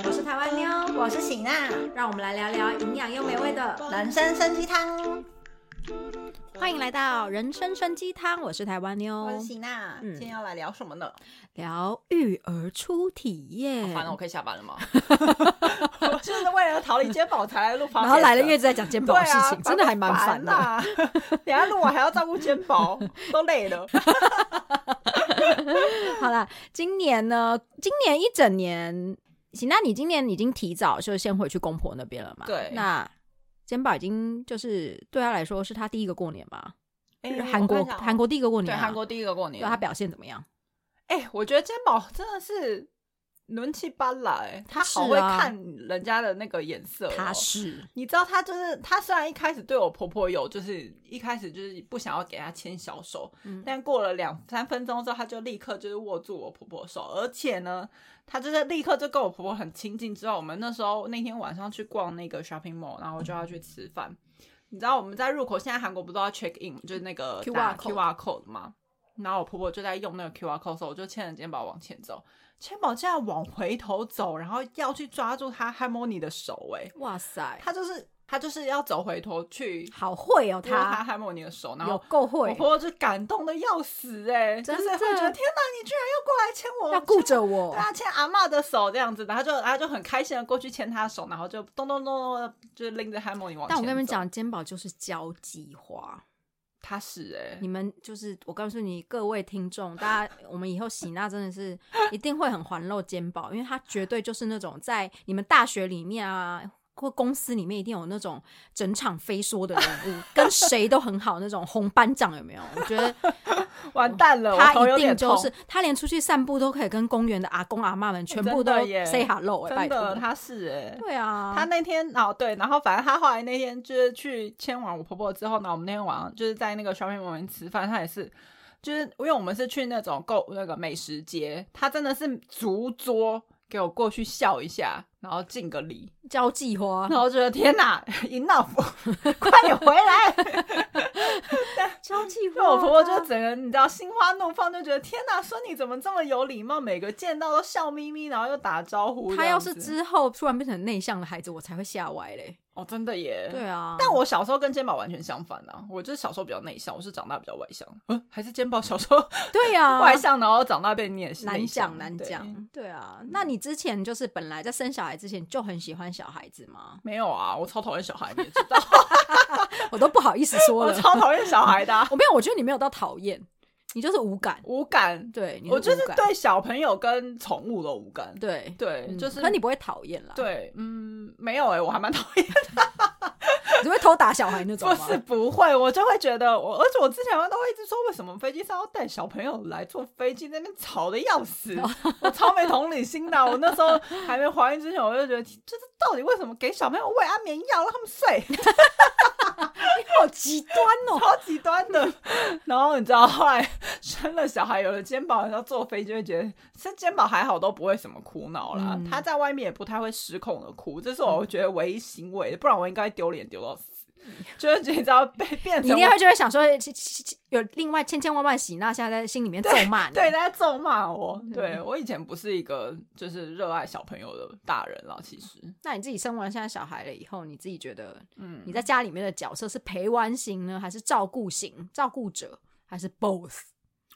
我是台湾妞，我是喜娜，让我们来聊聊营养又美味的人参参鸡汤。欢迎来到人生生鸡汤，我是台湾妞我，是喜娜，嗯今天要来聊什么呢？聊育儿初体验。完了，我可以下班了吗？ 我真的为了逃离肩膀才来录 podcast 的，然后来了月子在讲肩膀对的事啊情，，真的还蛮烦烦的。啊。等一下录完还要照顾肩 膀，都累了。好啦，今年呢，今年一整年，行，那你今年已经提早就先回去公婆那边了嘛？对那肩膀已经就是对他来说是他第一个过年嘛，哎是韩国我看一下哦韩国第一个过年、对啊，韩国第一个过对年，他表现怎么样？哎、我觉得肩膀真的是轮起班来，他好是会啊看人家的那个眼色、哦。他是你知道他就是他，虽然一开始对我婆婆有就是一开始就是不想要给她牵小手，嗯但过了两三分钟之后，他就立刻就是握住我婆婆的手，而且呢，他就是立刻就跟我婆婆很亲近。之后我们那时候那天晚上去逛那个 shopping mall，然后我就嗯要去吃饭。你知道我们在入口，现在韩国不都要 check in，就是那个 QR 打 code QR code 吗？然后我婆婆就在用那个 QR code 的时候，我就牵着肩膀往前走，肩膀竟然往回头走，然后要去抓住她 Harmony 的手、欸，哇塞，他就是他就是要走回头去好会哦，握他他汉莫尼的手，然有后够我会婆，婆就感动的要死哎、就真是的会觉得天哪，你居然要过来牵我，要顾牵着我对。啊，牵阿嬷的手这样子，然后就然后就很开心的过去牵她的手，然后就咚咚咚咚地就拎着汉莫尼往前。但我跟你们，讲，肩膀就是交际花。他是哎、你们就是，我告诉你各位听众，大家，我们以后喜娜真的是一定会很环露肩膀，因为她绝对就是那种在你们大学里面啊。或公司里面一定有那种整场飞说的人物，跟谁都很好那种红班长有没有？我觉 得完蛋了，我头他有一定点就痛。是他连出去散步都可以跟公园的阿公阿嬷们全部都真的耶 say hello 哎、拜真的，托，他是哎、对啊，他那天哦对，然后反正他后来那天就是去签完我婆婆之后呢，我们那天晚上就是在那个 shopping mall 里面吃饭，他也是。就是因为我们是去那种购那个美食街，他真的是足桌给我过去笑一下，然后敬个礼，交际花 然，后我觉得 天哪，enough，快点回来！交际因为我婆婆就整个你知道心花怒放，就觉得天哪，说你怎么这么有礼貌，每个见到都笑眯眯，然后又打招呼这样子。他要是之后突然变成内向的孩子，我才会吓歪嘞。哦，真的耶，对啊，但我小时候跟肩膀完全相反啊，我就是小时候比较内向，我是长大比较外向。嗯，还是肩膀小时候对 啊，外向，然后长大变内难内向讲难。对？讲。对啊，那你之前就是本来在生小孩之前就很喜欢小孩子吗没有啊，我超讨厌小孩，你也知道， 我都不好意 思说我了，超讨厌小孩的啊、我没有，我觉得你没有到讨厌，你就是无感。无感。对， 你我就是是无感对小朋友跟宠物都无感。对对，嗯就是可你不会讨厌啦，，对，嗯，没有哎、我还蛮讨厌，你只会偷打小孩那种 不吗？是不会，我就会觉得我，而且我之前都会一直说，为什么飞机上要带小朋友来坐飞机，那边吵的要死，我超没同理心的。我那时候还没怀孕之前，我就觉得，就是到底为什么给小朋友喂安眠药让他们睡， 好极端哦。超极端的。然后你知道，后来生了小孩，有了肩膀，然后坐飞机会觉得，是肩膀还好，都不会什么哭闹啦。嗯他在外面也不太会失控的哭，这是我觉得唯一欣慰的，不然我应该丢脸丢到死。就是你知道被变你成一我定会就会想说，其其其有另外千千万万喜娜现在在心里面咒骂你，对，他在咒骂我。嗯对我以前不是一个就是热爱小朋友的大人了，其实，那你自己生完现在小孩了以后，你自己觉得嗯，你在家里面的角色是陪玩型呢，还是照顾型、照顾者，还是 both？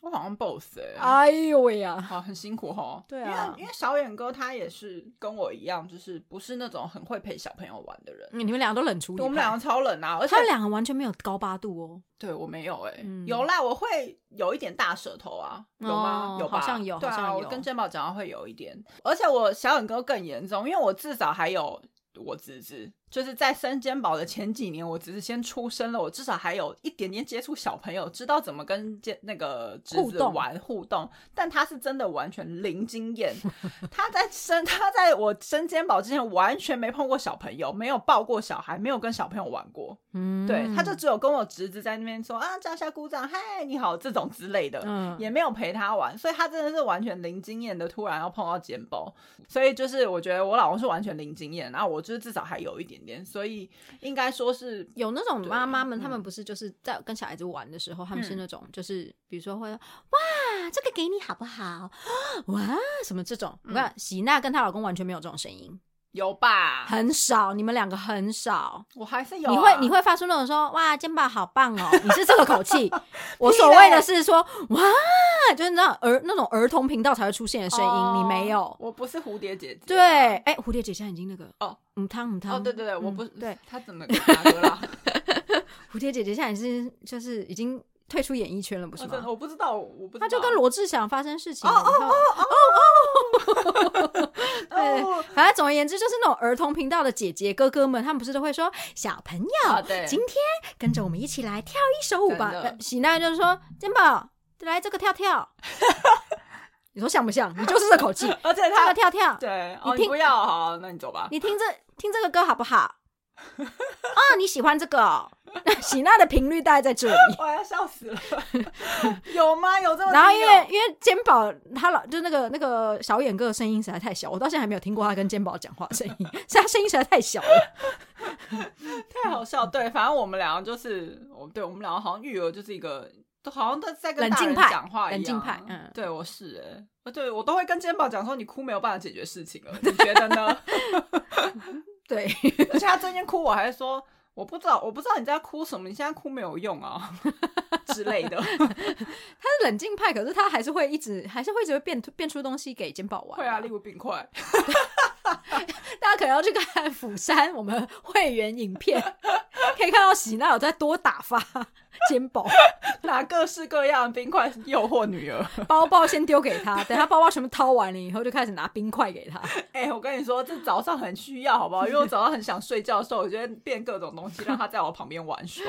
我好像 boss 哎、哎呦喂呀！好，很辛苦哈。对啊因为因为小远哥他也是跟我一样，就是不是那种很会陪小朋友玩的人。 嗯你们两个都冷处理派，我们两个超冷 啊，而且他们两个完全没有高八度哦。对我没有哎、嗯有啦，我会有一点大舌头啊，有吗？哦有吧？好像有对好像啊，有我跟珍宝讲话会有一点，而且我小远哥更严重，因为我至少还有我侄子，就是在生肩宝的前几年，我侄子先出生了，我至少还有一点点接触小朋友，知道怎么跟接那个侄互子动玩互动，但他是真的完全零经验，他在生他在我生肩宝之前完全没碰过小朋友，没有抱过小孩，没有跟小朋友玩过。嗯，对，他就只有跟我侄子在那边说啊，叫一下鼓掌，嗨，你好这种之类的，嗯也没有陪他玩，所以他真的是完全零经验的，突然要碰到肩包，所以就是我觉得我老公是完全零经验，然后我就是至少还有一点点点，所以应该说是有那种妈妈们，对他们不是就是在跟小孩子玩的时候，他们是那种就是比如说会哇，这个给你好不好？ 哇，什么这种？我看喜娜跟她老公完全没有这种声音，有吧？很少，你们两个很少。我还是有啊、你会你会发出那种说哇肩膀好棒 哦，你是这个口气。我所谓的是说哇，就是那种儿那种儿童频道才会出现的声音，哦你没有。我不是蝴蝶姐姐。对，哎、蝴蝶姐现在已经那个哦母汤母汤哦，对对对，我嗯不是对他怎么哪个 啦？蝴蝶姐姐现在是就是已经退出演艺圈了，不我是哦真吗的？我不知道，我不知道。她就跟罗志祥发生事情了，哦然后哦对，反正总而言之就是那种儿童频道的姐姐哥哥们，他们不是都会说小朋友，啊对今天跟着我们一起来跳一首舞吧。真的呃喜娜就是说肩膀来这个跳跳， 你说像不像？你就是这口气，而且这他个跳跳，对，你哦，你听不要好，那你走吧。你听这听这个歌好不 好？哦，你喜欢这个、哦？ 喜娜的频率大概在这 里。我要笑死了， 有吗？有这么低哦？然后因为因为肩膀他老就那个那个小眼哥的声音实在太小，我到现在还没有听过他跟肩膀讲话的声音， 是他声音实在太小了。太好笑，对，反正我们两个就是，我对我们两个好像育儿就是一个，都好像在在跟大人冷静派讲话一样。冷静派嗯对，我是哎、呃对我都会跟肩膀讲说，你哭没有办法解决事情了，你觉得呢？ 对，而且他最近哭，我还说我不知道，我不知道你在哭什么，你现在哭没有用啊之类的。 他是冷静派，可是他还是会一直还是会一直会变变出东西给肩膀玩。会啊，例如冰块，大家可能要去看釜山我们会员影片， 可以看到喜娜有在多打发肩膀，拿各式各样的冰块诱惑女儿。包包先丢给他，等他包包全部掏完了以后，就开始拿冰块给他。 哎、我跟你说，这早上很需要，好不好？因为我早上很想睡觉的时候，我就会变各种东西，让他在我旁边玩耍。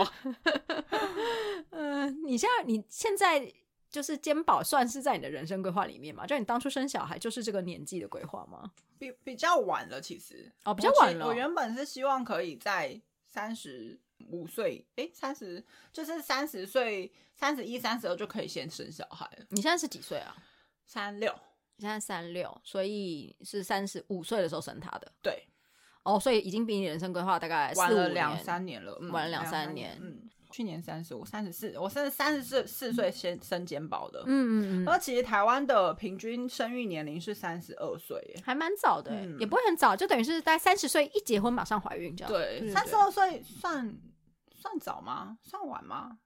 嗯、你现在你现在就是肩膀算是在你的人生规划里面嘛？就你当初生小孩就是这个年纪的规划吗？ 比比较晚了，其实哦比较我其晚了我原本是希望可以在三十五岁，诶，三十就是三十岁，三十一、三十二就可以先生小孩了。你现在是几岁啊？三六，你现在三六，所以是三十五岁的时候生他的对，哦，所以已经比你人生规划大概晚四五了年两三年了，嗯、晚了两三三年嗯，去年三十五、三十四，我甚至三十四四岁先生肩膀的。嗯嗯嗯，而其实台湾的平均生育年龄是三十二岁耶，还蛮早的欸、嗯也不会很早，就等于是在三十岁一结婚马上怀孕这样。嗯对，对三十二岁算算早吗？算晚吗？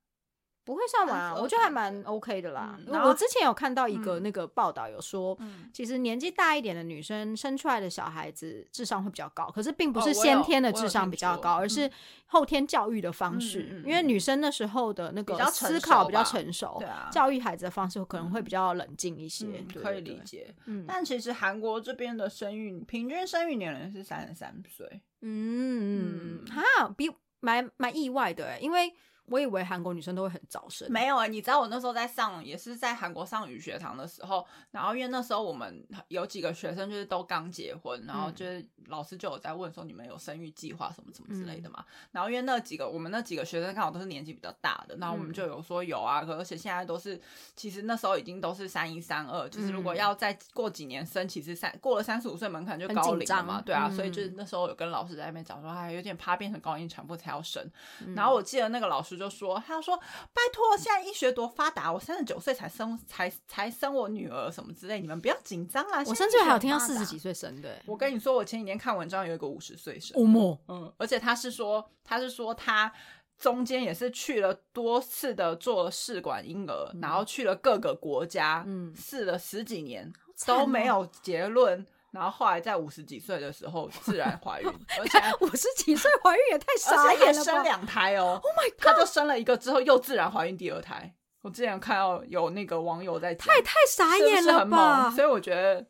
不会算晚啊， 32我觉得还蛮 OK 的啦。嗯因为然后我之前有看到一个嗯那个报道，有说、嗯，其实年纪大一点的女生生出来的小孩子智商会比较高，可是并不哦是我有先天的我有智商听比较说高，而嗯是后天教育的方式。嗯嗯嗯因为女生那时候的那个比较成思考熟比较吧成熟，对啊，教育孩子的方式可能会比较冷静一些，嗯对可对对以理解。嗯但其实韩国这边的生育平均生育年龄是三十三岁，嗯嗯，嗯哈，比蛮蛮意外的欸，因为我以为韩国女生都会很早生，没有哎、你知道我那时候在上，也是在韩国上语学堂的时候，然后因为那时候我们有几个学生就是都刚结婚，然后嗯就是老师就有在问说你们有生育计划什么什么之类嗯的嘛，然后因为那几个我们那几个学生刚好都是年纪比较大的，然后我们就嗯有说有啊，可而且现在都是其实那时候已经都是三一三二，就是如果要再过几年生，其实三过了三十五岁门槛就嗯很高紧龄了嘛，张对啊，嗯所以就是那时候有跟老师在那边讲说，哎，有点怕变成高龄产妇才要生，嗯然后我记得那个老师就说，他说：“拜托，现在医学多发达，我三十九岁才生，才才生我女儿什么之类，你们不要紧张啊啦。”我甚至还有听到四十几岁岁。生的欸，我跟你说，我前几天看文章有一个五十岁生，莫，嗯，而且他是说，他是说他中间也是去了多次的做了试管婴儿，然后去了各个国家，嗯试了十几年惨哦都没有结论，然后后来在五十几岁的时候自然怀 孕，而且还 五十几岁怀孕也太傻而且还眼了生吧！两胎哦。Oh my god！她就生了一个之后又自然怀孕第二胎。我之前有看到有那个网友在讲，太太傻是不眼是了很猛？吧！所以我觉得。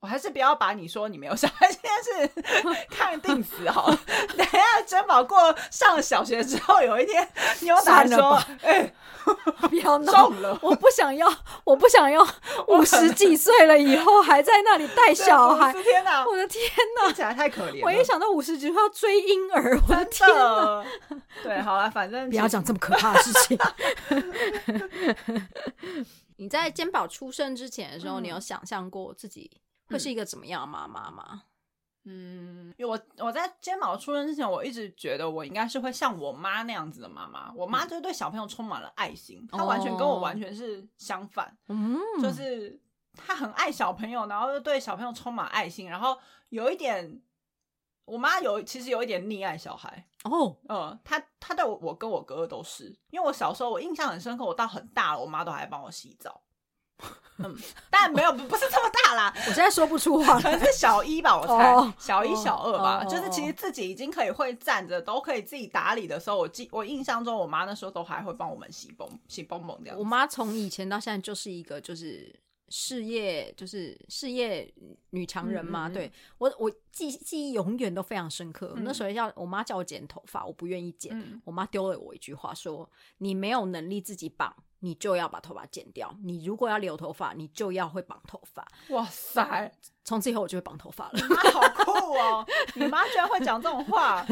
我还是不要把你说你没有小孩这件事 看定死 好了。等一下珍宝过上小学之后，有一天你又打算了说吧，哎、不要闹中了，我不想要，我不想 要五十几岁了以后还在那里带小孩，对啊天哪，我的天啊听 哪！起来太可怜了。我一想到五十几岁要追婴儿，我的天哪！真的，对，好了，反正不要讲这么可怕的事情。 你在肩膀出生之前的时候，嗯嗯你有想象过自己会是一个怎么样的妈妈吗？嗯，因为我我在肩膀出生之前，我一直觉得我应该是会像我妈那样子的妈妈。我妈就是对小朋友充满了爱心，她完全跟我完全是相反，嗯，就是她很爱小朋友，然后又对小朋友充满爱心，然后有一点，我妈有其实有一点溺爱小孩，哦，嗯，他他对我，我跟我哥哥都是，因为我小时候我印象很深刻，我到很大了，我妈都还帮我洗澡。嗯，但没有不不是这么大啦，我现在说不出话啊可了。能是小一吧，我猜、哦小一小二吧，哦哦就是其实自己已经可以会站着，都可以自己打理的时候，我记我印象中我妈那时候都还会帮我们洗蹦洗蹦蹦这样 我子。妈从以前到现在就是一个就是事业就是事业女强人嘛，嗯嗯嗯对我我记记忆永远都非常深刻。嗯那时候要我妈叫我剪头发，我不愿意剪，嗯，我妈丢了我一句话说：“你没有能力自己绑，你就要把头发剪掉；你如果要留头发，你就要会绑头发。哇塞，”从此以后我就会绑头发了， 你妈好酷哦！你妈居然会讲这种话，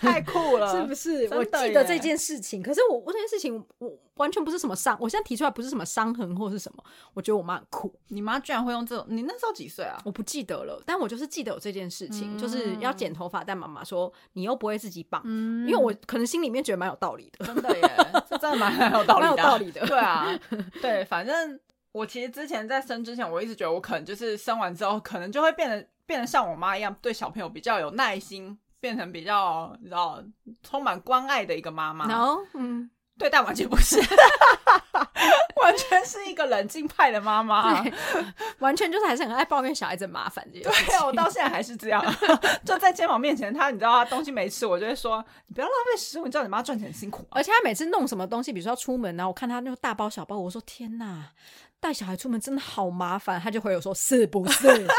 太酷 了，是不是？真的我记得耶这件事情，可是我我这件事情我完全不是什么伤，我现在提出来不是什么伤痕或是什么，我觉得我妈很酷。你妈居然会用这种？你那时候几岁啊？我不记得了，但我就是记得有这件事情，嗯就是要剪头发，但妈妈说你又不会自己绑，嗯因为我可能心里面觉得蛮有道理的。真的 耶，这真的蛮有道理的蛮啊，有道理的 对啊，对，反正我其实之前在生之前，我一直觉得我可能就是生完之后，可能就会变得变得像我妈一样，对小朋友比较有耐心，变成比较你知道充满关爱的一个妈然妈。后，嗯，对，但完全不是，完全是一个冷静派的妈 妈。对，完全就是还是很爱抱怨小孩子很麻烦这件事对情。啊，我到现在还是这样， 就在肩膀面前，他你知道他东西没吃，我就会说你不要浪费食物，你知道你妈赚钱很辛苦 啊。而且他每次弄什么东西，比如说要出门，然后我看他那个大包小包，我说天哪，带小孩出门真的好麻烦。他就回我说是不 是？啊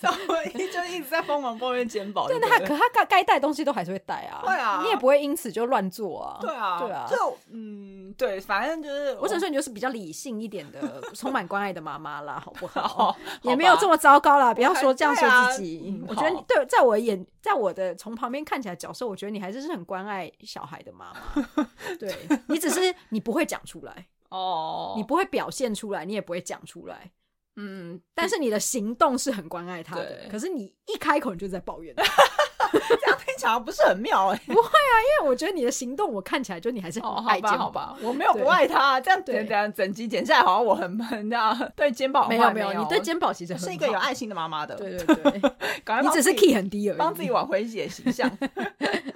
然后我一就一直在疯狂抱怨肩膀。对，那对不他对啊可他该该带东西都还是会带啊，会啊你也不会因此就乱做啊。对啊，对啊就嗯，对，反正就是我只能 说你就是比较理性一点的，充满关爱的妈妈啦，好不 哦好好？哦也没有这么糟糕啦，不要说这样说自对啊己嗯。我觉得你好对，在我眼，在我的从旁边看起来角色，我觉得你还是是很关爱小孩的妈妈。对你只是你不会讲出来，哦， 你不会表现出来，你也不会讲出来，嗯，但是你的行动是很关爱他的对。可是你一开口你就在抱 怨，这样听起来不是很妙欸哎、因为我觉得你的行动，我看起来就你还是很哦，好爱 吧，肩好膀。吧，我没有对不爱他，这样对等等整集剪下来，好像我很很那样对肩膀没有有没有，你对肩膀其实很是一个有好，爱心的妈妈的，对对对， 赶快你帮只是自己 key 很低而已，帮自己挽回自己的形象。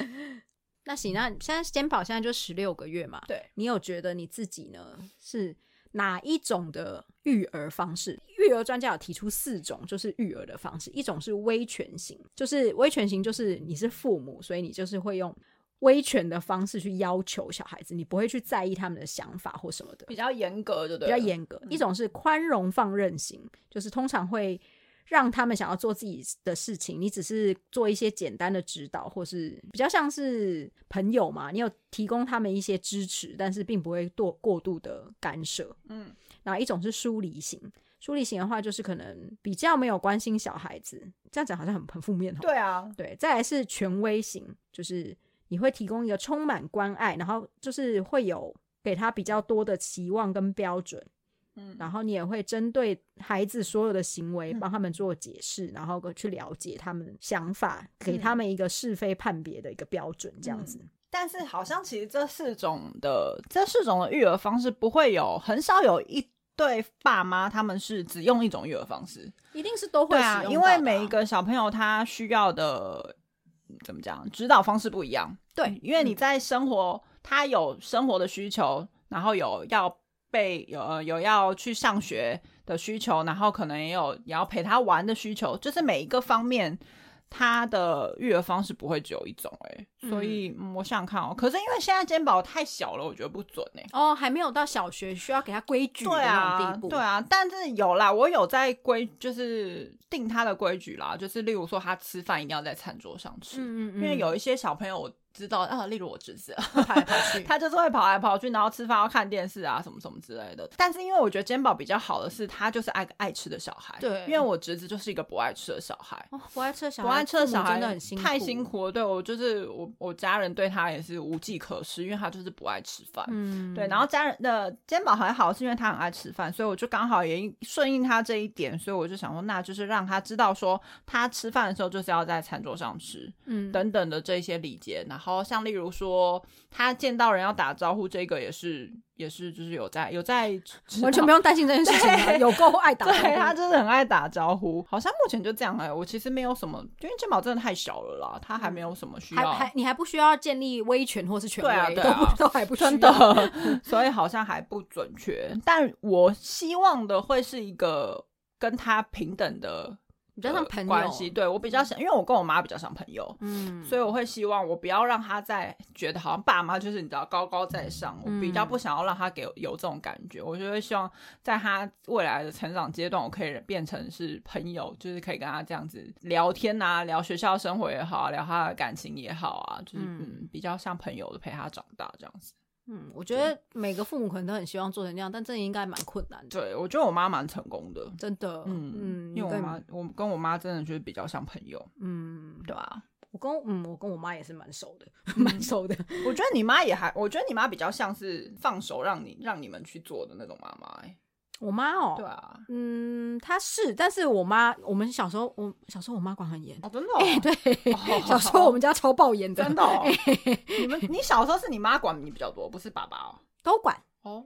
那行，那现在肩膀现在就十六个月嘛，对，你有觉得你自己呢是哪一种的育儿方式？育儿专家有提出四种，就是育儿的方式，一种是威权型，就是威权型就是你是父母，所以你就是会用威权的方式去要求小孩子，你不会去在意他们的想法或什么的，比较严格，就对比了，较严格。一种是宽容放任型，就是通常会让他们想要做自己的事情，你只是做一些简单的指导，或是比较像是朋友嘛，你有提供他们一些支持，但是并不会过过度的干涉。嗯，然后一种是疏离型，疏离型的话就是可能比较没有关心小孩子，这样讲好像很很负面哦。对啊，对，再来是权威型，就是你会提供一个充满关爱，然后就是会有给他比较多的期望跟标准，嗯，然后你也会针对孩子所有的行为帮他们做解释，然后去了解他们的想法，给他们一个是嗯非判别的一个标准，这样子。但是好像其实这四种的这四种的育儿方式不会有很少有一对爸妈他们是只用一种育儿方式，一定是都对啊，因为每一个小朋友他需要的怎么讲，指导方式不一样。对因为你在生活，他有生活的需求，然后有要被有呃有要去上学的需求，然后可能也有也要陪他玩的需求，就是每一个方面。他的育儿方式不会只有一种哎、欸所以、嗯我想想看哦。可是因为现在肩膀太小了，我觉得不准哎、哦，还没有到小学需要给他规矩的对那种啊地，步。对啊，但是有啦，我有在规，就是定他的规矩啦，就是例如说他吃饭一定要在餐桌上吃，嗯嗯嗯，因为有一些小朋友，我知道啊，例如我侄 子，跑来跑去，他就是会跑来跑去，然后吃饭要看电视啊，什么什么之类的。但是因为我觉得肩膀比较好的是，他就是爱爱吃的小孩。对因为我侄子就是一个不爱吃的小孩，哦，不爱吃的小不孩，爱吃的父小母孩真的很辛苦，太辛。苦了。对我就是我，我家人对他也是无计可施，因为他就是不爱吃饭。嗯，对，然后家人的肩膀还好，是因为他很爱吃饭，所以我就刚好也顺应他这一点，所以我就想说，那就是让他知道说，他吃饭的时候就是要在餐桌上吃，嗯，等等的这些礼节。然后像例如说，他见到人要打招呼，这个也是也是就是有在有在知完全道 不用担心这件事情啊，对有够爱打对他招呼。真的很爱打招呼，好像目前就这样哎、我其实没有什么，因为肩膀真的太小了啦，他还没有什么需还要。还你还不需要建立威权或是权威，对啊对啊都不都还 不需要真。的， 所以好像还不准确。但我希望的会是一个跟他平等的，比较像呃朋友关系。对我比较想，因为我跟我妈比较像朋友，嗯，所以我会希望我不要让他在觉得好像爸妈就是你知道高高在上，我比较嗯不想要让他给我有这种感觉。我就会希望在他未来的成长阶段，我可以变成是朋友，就是可以跟他这样子聊天啊，聊学校生活也好啊，聊他的感情也好啊，就是嗯嗯比较像朋友的陪他长大这样子。嗯，我觉得每个父母可能都很希望做成那样，但这应该蛮困难的，对，我觉得我妈蛮成功的。真的。嗯嗯，因为我跟妈，我跟我妈真的就是比较像朋友，嗯，对啊。我跟嗯我跟我妈也是蛮熟的，蛮熟的。 我觉得你妈也还，我觉得你妈比较像是放手让你让你们去做的那种妈妈、欸，我妈哦，对啊。嗯，她是，但是我妈，我们小时候，我小时候我妈管很 严。哦，真的、哎、对， 哦小时候我们家超爆严真的、哦， 你们你小时候是你妈管你比较多，不是爸爸哦。都管。 哦，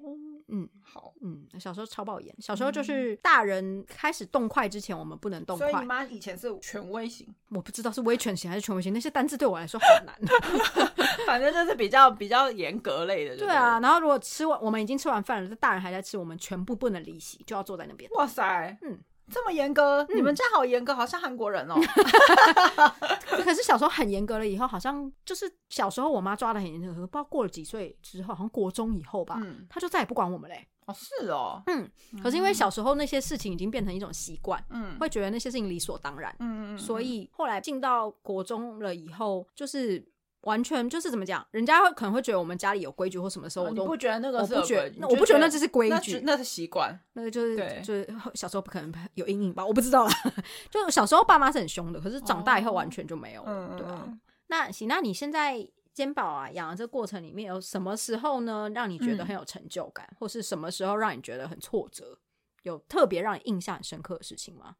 嗯，好，嗯，小时候超爆严，小时候就是大人开始动筷之前，我们不能动嗯所以你筷。妈以前是权威 型，我不知道是威权型还是权威型，那些单字对我来说好难。哦反正就是比较比较严格类的。对啊，，然后如果吃完，我们已经吃完饭了，大人还在吃，我们全部不能离席，就要坐在那边。 哇塞，嗯嗯，这么严格，你们家好严格，好像韩国 人哦。可是小时候很严格了，以后好像就是小时候我妈抓的很严格，可是不知道过了几岁之后，好像国中以后吧，嗯，她就再也不管我们嘞。哦是哦，嗯，可是因为小时候那些事情已经变成一种习惯，嗯会觉得那些事情理所当然。嗯，嗯所以后来进到国中了以后，就是完全就是怎么讲，人家会可能会觉得我们家里有规矩或什么时候，啊我你都不觉得那个我是不有觉规得矩，那你我不觉得那就只是规那矩，那是习惯。那个就是对就是小时候不可能有阴影吧，我不知道啦。 就小时候爸妈是很凶的，可是长大以后哦完全就没有了，嗯对啊嗯。那行，那你现在肩膀啊养的这过程里面，有什么时候呢让你觉嗯得很有成就感，或是什么时候让你觉得很挫折？有特别让你印象很深刻的事情吗？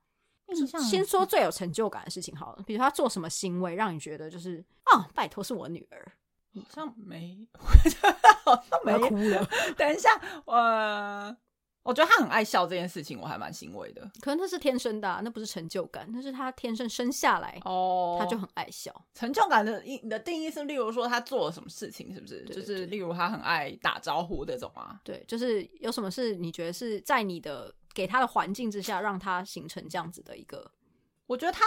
印象先说最有成就感的事情好了，比如他做什么行为让你觉得就是哦，拜托是我女儿，好像没，嗯好像我没要。哭了。等一下，呃，我觉得他很爱笑这件事情，我还蛮欣慰的。 可能那是天生的啊、那不是成就感，那是他天生生下来、哦他就很爱笑。成就感的你的定义是，例如说他做了什么事情，是不是？对就对是例如他很爱打招呼这种啊。对，就是有什么事你觉得是在你的给他的环境之下，让他形成这样子的一个，我觉得他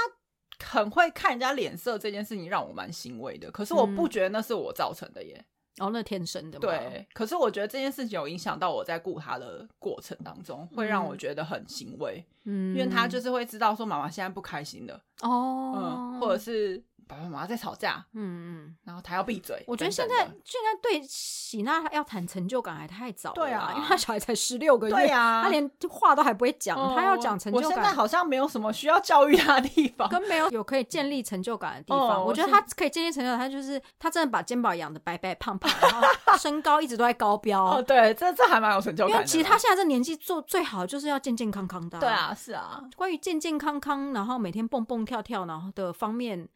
很会看人家脸色这件事情让我蛮欣慰的，可是我不嗯觉得那是我造成的耶。然、哦后那天生的嘛。，对，可是我觉得这件事情有影响到我在顾他的过程当中，会让我嗯觉得很欣慰，嗯因为他就是会知道说妈妈现在不开心了，哦，嗯，或者是爸爸妈妈在吵架，嗯嗯。然后他要闭嘴。我觉得等现等在的现在对喜娜要谈成就感还太早了啦，对啊因为她小孩才十六个月，对呀、她连话都还不会讲，哦她要讲成我就现感在，好像没有什么需要教育他的地方。跟没有有可以建立成就感的地方。哦我觉得是他可以建立成就感，他就是他真的把肩膀养的白白胖胖，然后身高一直都在高标。哦，对，这这还蛮有成就感因的为啦。其实他现在这年纪做最好就是要健健康康的、对，啊，是啊，关于健健康康，然后每天蹦蹦跳跳，然后的方面。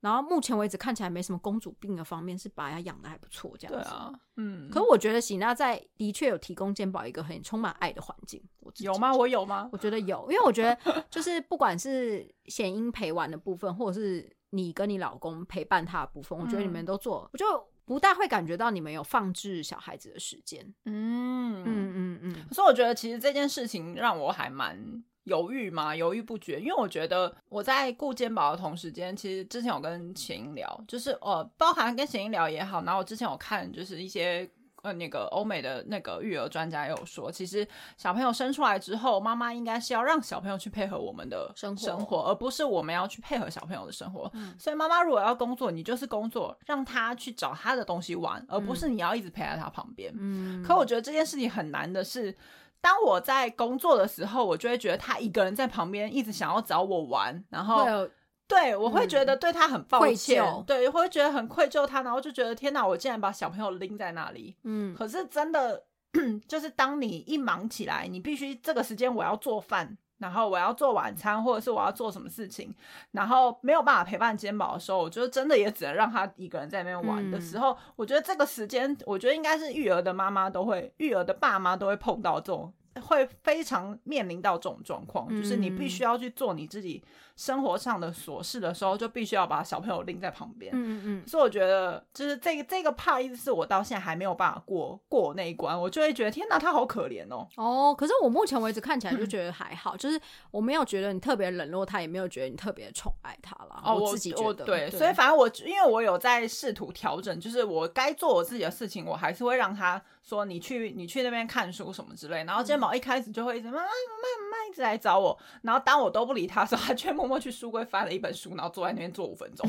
然后目前为止看起来没什么公主病的方面，是把他养的还不错这样对子。啊，嗯，可我觉得喜娜在的确有提供肩膀一个很充满爱的环境，我自己 有吗？我有吗？我觉得有，因为我觉得就是不管是显音陪玩的部分，或者是你跟你老公陪伴他的部嗯分，我觉得你们都做，我就不大会感觉到你们有放置小孩子的时间。嗯嗯，嗯嗯嗯，所以我觉得其实这件事情让我还蛮。犹豫嘛，犹豫不决，因为我觉得我在顾肩膀的同时间，其实之前有跟贤英聊，就是呃，包含跟贤英聊也好，然后我之前有看就是一些呃那个欧美的那个育儿专家也有说，其实小朋友生出来之后，妈妈应该是要让小朋友去配合我们的生活生活，而不是我们要去配合小朋友的生活。嗯所以妈妈如果要工作，你就是工作，让他去找他的东西玩，而不是你要一直陪在他旁边。嗯，可我觉得这件事情很难的是，当我在工作的时候，我就会觉得他一个人在旁边一直想要找我玩，然后会有嗯对我会觉得对他很抱愧歉，疚对，我会觉得很愧疚他，然后就觉得天哪，我竟然把小朋友拎在那里。嗯可是真的， 就是当你一忙起来，你必须这个时间我要做饭，然后我要做晚餐，或者是我要做什么事情，然后没有办法陪伴肩膀的时候，我觉得真的也只能让他一个人在那边玩的时候，我觉得这个时间，我觉得应该是育儿的妈妈都会，育儿的爸妈都会碰到这种。会非常面临到这种状况，就是你必须要去做你自己生活上的琐事的时候，就必须要把小朋友拎在旁边。嗯嗯所以我觉得，就是这个这个怕，一直是我到现在还没有办法过过那一关，我就会觉得天哪，他好可怜哦。哦，可是我目前为止看起来就觉得还好，就是我没有觉得你特别冷落他，也没有觉得你特别宠爱他啦。哦，我我自己我觉得，对，所以反正我因为我有在试图调整，就是我该做我自己的事情，我还是会让他说你去你去那边看书什么之类。然后嗯肩膀一开始就会一直妈妈妈妈妈一直来找我，然后当我都不理他的时候，他却默默去书柜翻了一本书，然后坐在那边坐五分 钟。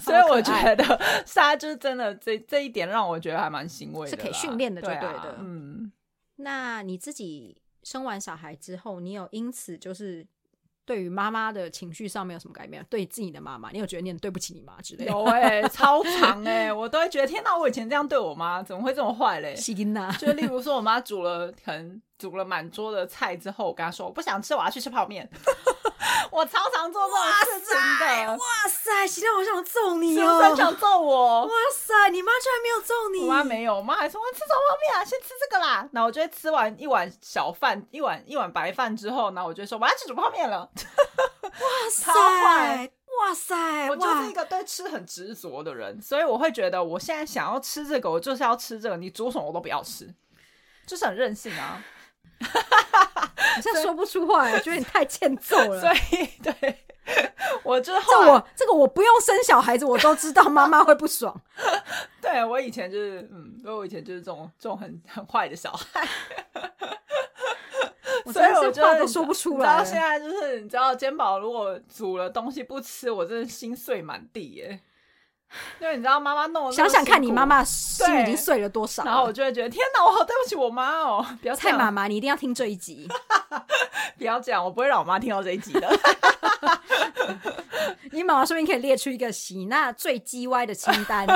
所以我觉得 莎就是真的这这一点让我觉得还蛮欣慰的啦，是可以训练的就对啊对的嗯。那你自己生完小孩之后，你有因此就是对于妈妈的情绪上面有什么改变？对自己的妈妈，你有觉得你很对不起你妈之类的？有哎、超长 哎、我都会觉得天哪，我以前这样对我妈，怎么会这么坏嘞？西金娜，就例如说，我妈煮了可能煮了满桌的菜之后，我跟她说我不想吃，我要去吃泡面。 我超常做这种事情的，哇塞，西金娜，我想揍是你哦不是很想揍我？哇塞，你妈居然没有揍你！我妈没有，我妈还说哇吃什么泡面啊，先吃这个啦。然后我就会吃完一碗小饭，一碗一碗白饭之后，然后我就说我要去煮泡面了。哇超坏塞，哇塞，我就是一哎哇！个对吃很执着的人，所以我会觉得我现在想要吃这个，我就是要吃这个，你煮什么我都不要吃，就是很任性 啊。好像说不出话，我觉得你太欠揍 了所。以对我就是后这来我这个我不用生小孩子，我都知道妈妈会不 爽。对我以前就是嗯，因为我以前就是这种这种很很坏的小孩，我所以真我的就是话都你知说不出你知来道。现在就是你知道，肩膀如果煮了东西不吃，我真的心碎满地耶。因为你知道妈妈弄得那么想想看，辛你苦妈，妈心对已经碎了多少了？然后我就会觉得天哪，我好对不起我妈哦，不要这蔡样妈妈，你一定要听这一集，不要这样，我不会让我妈听到这一集的。你妈妈说不定可以列出一个喜娜最鸡歪的清单，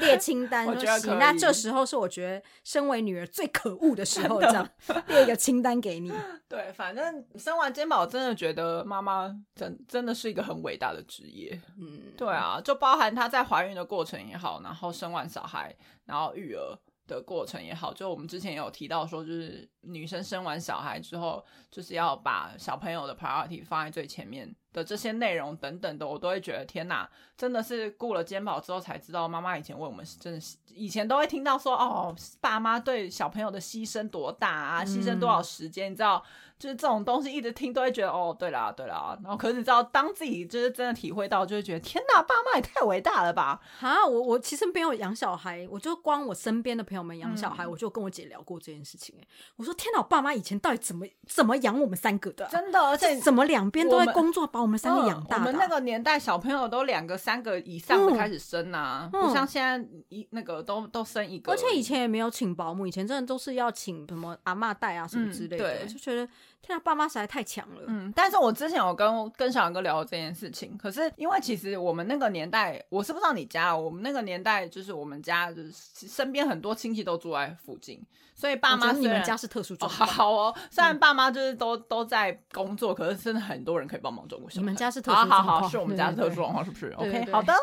列清单我觉得说可以喜娜这时候是我觉得身为女儿最可恶的时候，这样列一个清单给你。对，反正生完肩膀，我真的觉得妈妈真真的是一个很伟大的职业。嗯，对啊，就包含她在怀孕的过程也好，然后生完小孩，然后育儿的过程也好，就我们之前也有提到说，就是女生生完小孩之后，就是要把小朋友的 priority 放在最前面的这些内容等等的，我都会觉得天哪，真的是顾了肩膀之后才知道，妈妈以前为我们是真的是，以前都会听到说，哦，爸妈对小朋友的牺牲多大啊，牺牲多少时间，你知道，就是这种东西一直听都会觉得，哦，对啦，对啦，然后可是你知道，当自己就是真的体会到，就会觉得天哪，爸妈也太伟大了 吧，啊，我我其实没有养小孩，我就光我身边的朋友们养小孩，嗯我就跟我姐聊过这件事情、欸。我说天哪，我爸妈以前到底怎么怎么养我们三个的啊、真的，而且这怎么两边都我在们工作把我们三个养大的嗯啊、我们那个年代小朋友都两个、三个以上的嗯开始生啊，嗯不像现在一那个都都生一个。而且以前也没有请保姆，以前真的都是要请什么阿嬷带啊什么之类嗯的，对就觉得天啊，爸妈实在太强了。嗯，但是我之前有跟跟小杨哥聊过这件事情，可是因为其实我们那个年代，我是不知道你家，我们那个年代就是我们家就是身边很多亲戚都住在附近，所以爸我觉妈得你虽然们家是特殊哦状好况，好哦，虽然爸妈就是都、都在工作，可是真的很多人可以帮忙照顾小孩。你们家是特殊好好状好，况是我们对家是对特殊对状况，是不是对对？OK，对好的。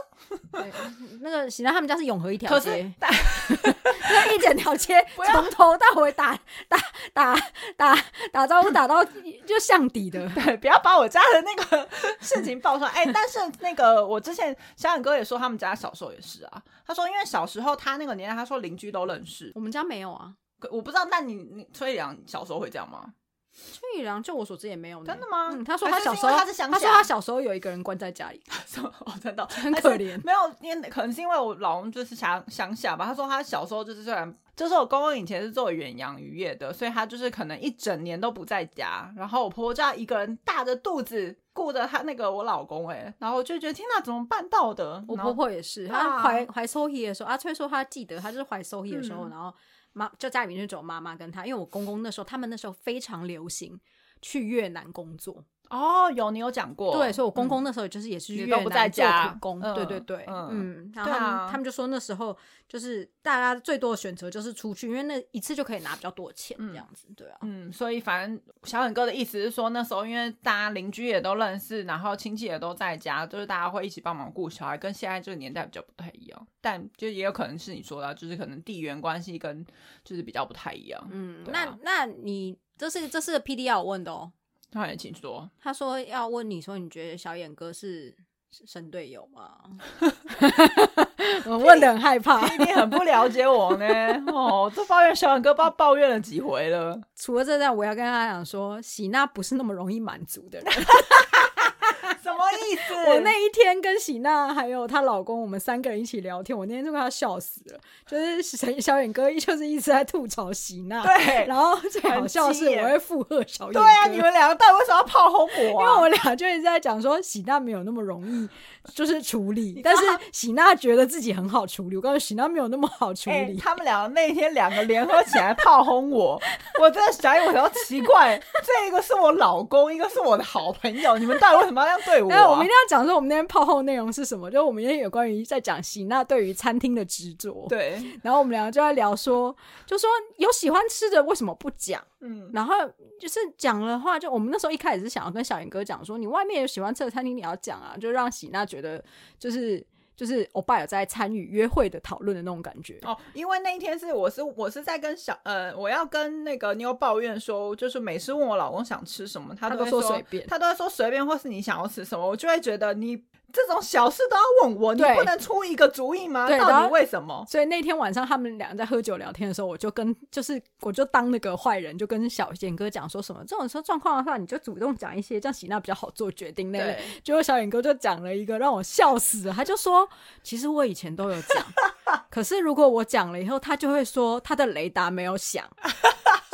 对那个显然他们家是永和一条可是街，那一整条街从头到尾打打打打打招呼打到就巷底 的。 对，不要把我家的 那个事情爆出来。哎、但是那个我之前小冉哥也说，他们家小时候也是啊。他说，因为小时候他那个年代，他说邻居都认识。我们家没有啊，可我不知道，那你你崔良小时候会这样吗？崔宇良，就我所知也没有呢。真的吗嗯，他说还他是小是时因为候，他是乡他说下他小时候有一个人关在家里， 什么？哦，真的哦很还是可 怜。没有，因为可能是因为我老公就是乡乡下吧。他说他小时候就是虽然，就是我公公以前是做远洋渔业的，所以他就是可能一整年都不在家，然后我婆婆就要一个人大着肚子顾着他那个我老公哎、然后我就觉得天哪，怎么办到的？我然婆后婆也是，对她啊怀怀 Sohi 的时候，阿翠说她记得，她就是怀 Sohi 的时候，嗯然后妈就家里面就只有妈妈跟她，因为我公公那时候他们那时候非常流行去越南工作，哦，有你有讲过，对，所以我公嗯公那时候就是也是去也越都南不在家做苦工，嗯对对对，嗯嗯，然后他对们、啊他们就说那时候就是大家最多的选择就是出去，因为那一次就可以拿比较多的钱这样子，对啊，嗯，所以反正小沈哥的意思是说，那时候因为大家邻居也都认识，然后亲戚也都在家，就是大家会一起帮忙顾小孩，跟现在这个年代比较不太一样。但就也有可能是你说的啊，就是可能地缘关系跟就是比较不太一样。嗯，对那啊那你这是这是 P D 要我问的哦，那也请说， 他说要问你说，你觉得小眼哥是是神队友 吗？我问的很害怕。你很不了解我呢。哦，这抱怨小沈哥不知道抱怨了几回了。 除了这段，我要跟他讲说，喜娜不是那么容易满足 的人。什么意思？我那一天跟喜娜还有她老公，我们三个人一起聊天，我那天就快要笑死了。就是小小眼哥就是一直在吐槽喜娜，对然后最好笑的是很气耶我会附和小眼哥。对啊，你们两个到底为什么要炮轰我因为啊？我俩就一直在讲说，喜娜没有那么容易 就是处理，知道但是喜娜觉得自己很好处理。我告诉你，喜娜没有那么好处哎、理。他们两个那天两个联合起来炮轰我，我真的想一我想到奇怪，这一个是我老公，一个是我的好朋友，你们到底为什么要这样对我、那、啊？哎我们一定要讲说，我们那天炮后内容是什么？就是我们那天有关于在讲喜娜对于餐厅的执着，啊对，然后我们两个就在聊说，就说有喜欢吃的为什么不讲？嗯，然后就是讲的话，就我们那时候一开始是想要跟小严哥讲说，你外面有喜欢吃的餐厅，你要讲啊，就让喜娜觉得就是就是欧巴有在参与约会的讨论的那种感觉。哦，因为那一天是我是我是在跟小呃，我要跟那个妞抱怨说，就是每次问我老公想吃什么，他他都都会说随便他都会说随便，或是你想要吃什么，我就会觉得你这种小事都要问我，你对不能出一个主意吗？对然到后底为什么？所以那天晚上他们俩在喝酒聊天的时候，我就跟就是我就当那个坏人，就跟小简哥讲说什么这种时候状况的话，你就主动讲一些，这样喜娜比较好做决定那类对。结果小眼哥就讲了一个让我笑死了，他就说其实我以前都有讲，可是如果我讲了以后，他就会说他的雷达没有响，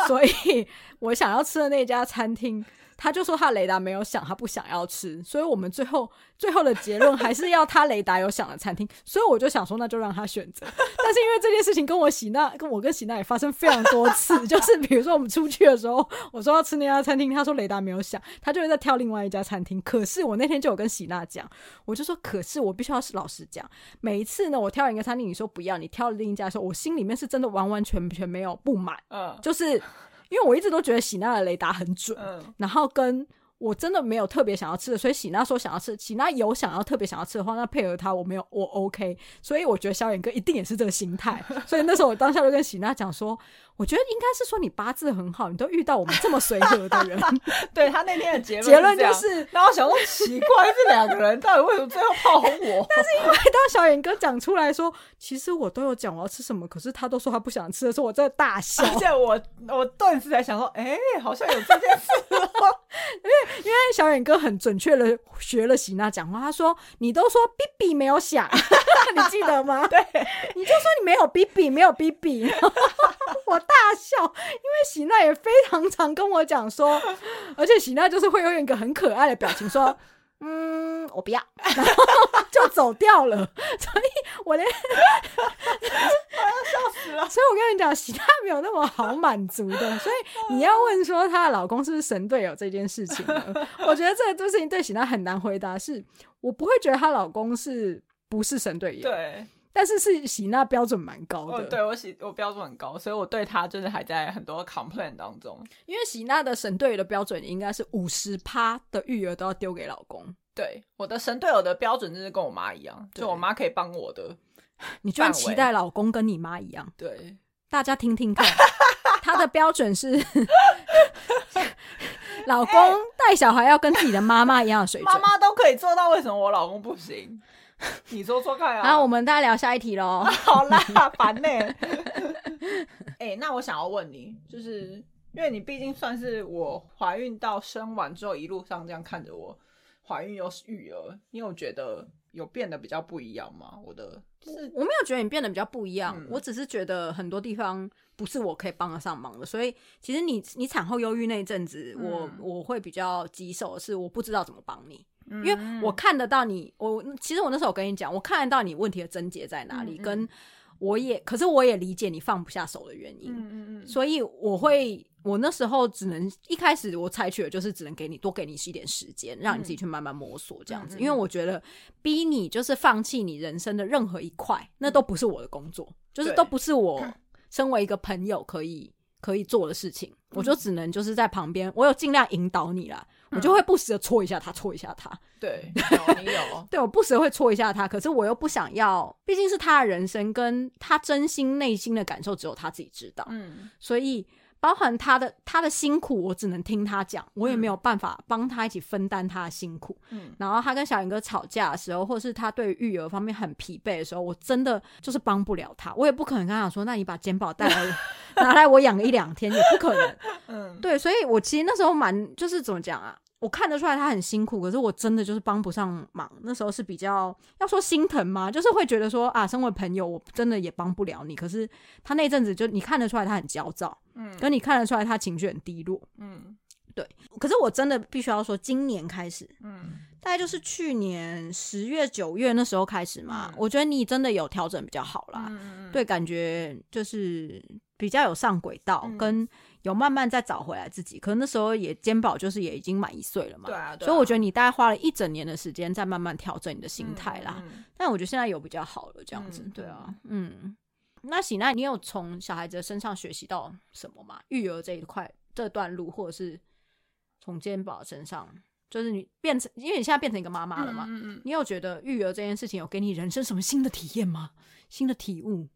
所以我想要吃的那家餐厅。他就说他雷达没有响，他不想要吃，所以我们最后最后的结论还是要他雷达有响的餐厅，所以我就想说那就让他选择， 但是因为这件事情跟我喜娜，跟我跟喜娜也发生非常多次， 就是比如说我们出去的时候，我说要吃那家餐厅，他说雷达没有响，他就会再挑另外一家餐厅。可是我那天就有跟喜娜讲，我就说，可是我必须要是老实讲，每一次呢，我挑一个餐厅，你说不要，你挑了另一家的时候，我心里面是真的完完全全没有不满，嗯就是因为我一直都觉得喜娜的雷达很准，嗯，然后跟我真的没有特别想要吃的，所以喜娜说想要吃，喜娜有想要特别想要吃的话，那配合她我没有我 OK，所以我觉得萧炎哥一定也是这个心态，所以那时候我当下就跟喜娜讲说，我觉得应该是说你八字很好，你都遇到我们这么随和的人，对他那天的结论结论就这样是然后我想说奇怪， 这两个人到底为什么最后炮轰 我？当小眼哥讲出来说，其实我都有讲我要吃什么，可是他都说他不想吃的时候，我真的大 笑，而且我我顿时才想说，哎、好像有这件事哦。因为小眼哥很准确的学了喜娜讲话，他说你都说 B B 没有响， 你记得吗？对， 你就说你没有 B B 没有 B B，我大笑，因为喜娜也非常常跟我讲说，而且喜娜就是会用一个很可爱的表情说。 嗯，我不要， 然后就走掉了。 所以我 连笑死了。所以我跟你讲，喜娜没有那么好满足的， 所以你要问说她的老公是不是神队友这件事情呢， 我觉得这个事情对喜娜很难回答。是我不会觉得她老公是不是神队友， 对，但是是喜娜标准蛮高我的，哦对我喜我标准很高，所以我对他就是还在很多 complain 当中。因为喜娜的神队友的标准应该是五十趴的育儿都要丢给老公，对，我的神队友的标准就是跟我妈一样，对就我妈可以帮我的。你居然范围期待老公跟你妈一样。对，大家听听 看，他的标准是老公带小孩要跟自己的妈妈一样的水准。妈妈都可以做到，为什么我老公不 行？你说说看啊！然后我们大家聊下一题喽。好啦，烦呢、欸。那我想要问你，就是因为你毕竟算是我怀孕到生完之后一路上这样看着我怀孕又是育儿，你有觉得有变得比较不一样吗？我的就是我没有觉得你变得比较不一样，嗯我只是觉得很多地方不是我可以帮得上忙的，所以其实你你产后忧郁那一阵子，我嗯我会比较棘手，是我不知道怎么帮你。因为我嗯看得到你，我其实我那时候我跟你讲，我看得到你问题的症结在哪里，嗯嗯跟我也，可是我也理解你放不下手的原因，嗯嗯嗯，所以我会，我那时候只能一开始我采取的就是只能给你多给你一点时间，让你自己去慢慢摸索这样子，嗯嗯嗯嗯因为我觉得逼你就是放弃你人生的任何一块，那都不是我的工作，就是对嗯都不是我身为一个朋友可以可以做的事情，我嗯就只能就是在旁边，我有尽量引导你啦，我就会不时的戳一下他，戳一下他。，对，有你有对，我不时会戳一下他，可是我又不想要，毕竟是他的人生，跟他真心内心的感受只有他自己知道，嗯所以包含他的他的辛苦，我只能听他讲，我也没有办法帮他一起分担他的辛苦。嗯然后他跟小云哥吵架的时候，或是他对育儿方面很疲惫的时候，我真的就是帮不了他，我也不可能跟他讲说，那你把肩膀带来 拿来我养个一两天，也不可能。嗯，对，所以我其实那时候蛮就是怎么讲啊，我看得出来他很辛苦，可是我真的就是帮不上忙。那时候是比较要说心疼嘛，就是会觉得说啊，身为朋友，我真的也帮不了你。可是他那阵子就你看得出来他很焦躁，嗯跟你看得出来他情绪很低落。嗯可是我真的必须要说，今年开始，嗯大概就是去年十月、九月那时候开始嘛，嗯我觉得你真的有调整比较好啦。嗯，对，感觉就是比较有上轨道，嗯跟有慢慢再找回来自己。可能那时候也肩膀就是也已经满一岁了嘛，对啊，所以我觉得你大概花了一整年的时间在慢慢调整你的心态啦。，但我觉得现在有比较好了，这样子，嗯对啊，嗯。那喜娜，你有从小孩子的身上学习到什么吗？育儿这一块这段路，或者是从肩膀身上，就是你变成，因为你现在变成一个妈妈了嘛，嗯嗯你有觉得育儿这件事情有给你人生什么新的体验吗？新的体悟？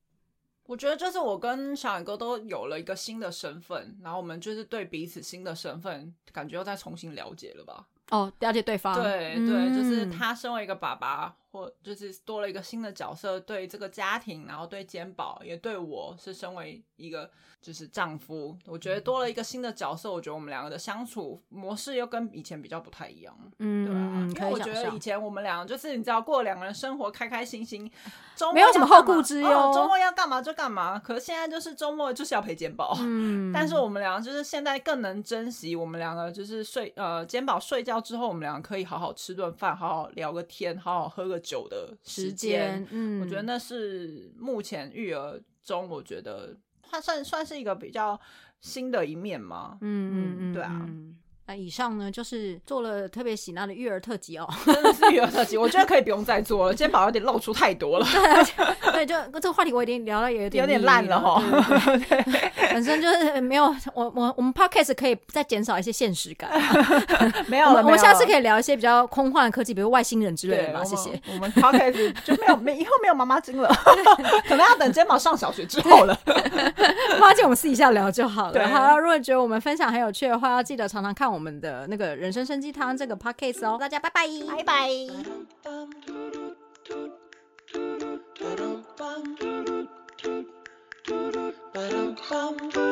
我觉得就是我跟小野哥都有了一个新的身份，然后我们就是对彼此新的身份感觉又再重新了解了吧？哦，了解对方，对对，就是嗯，他身为一个爸爸，或就是多了一个新的角色，对这个家庭，然后对肩膀，也对我是身为一个就是丈夫，我嗯觉得多了一个新的角色，我觉得我们两个的相处模式又跟以前比较不太一样。对啊，嗯，因可为以我觉想得以象，前我们俩就是你知道过两个人生活开开心心，周末没有什么要干后顾嘛之哦忧周末要干嘛就干嘛。可是现在就是周末就是要陪 肩膀，嗯但是我们俩就是现在更能珍惜我们两个就是睡呃肩膀睡觉之后，我们俩可以好好吃顿饭，好好聊个天，好好喝个酒的时时间。间，嗯，我觉得那是目前育儿中，我觉得它算算是一个比较新的一面嘛。嗯，嗯嗯，嗯对啊嗯。那以上呢，就是做了特别喜娜的育儿特辑哦。 真的是育儿特辑，我觉得可以不用再做了，肩膀有点露出太多了。 对，就这个话题我已经聊到有点有点腻烂了哦哈对对对 本身就是没有我我我们 podcast 可以再减少一些现实感。啊 没我有了，们我们下次可以以聊一些比较空幻的科技，比如外星人之类的吧。谢谢。。我们我们 podcast 就没有没以后没有妈妈经了， 可能要等肩膀上小学之后了。花姐，我们私底下聊就好对了。好了，如果觉得我们分享很有趣的话，要记得常常看我们的那个人生生鸡汤这个 podcast 哦。大家拜拜， 拜拜。 Ba-dum-bum.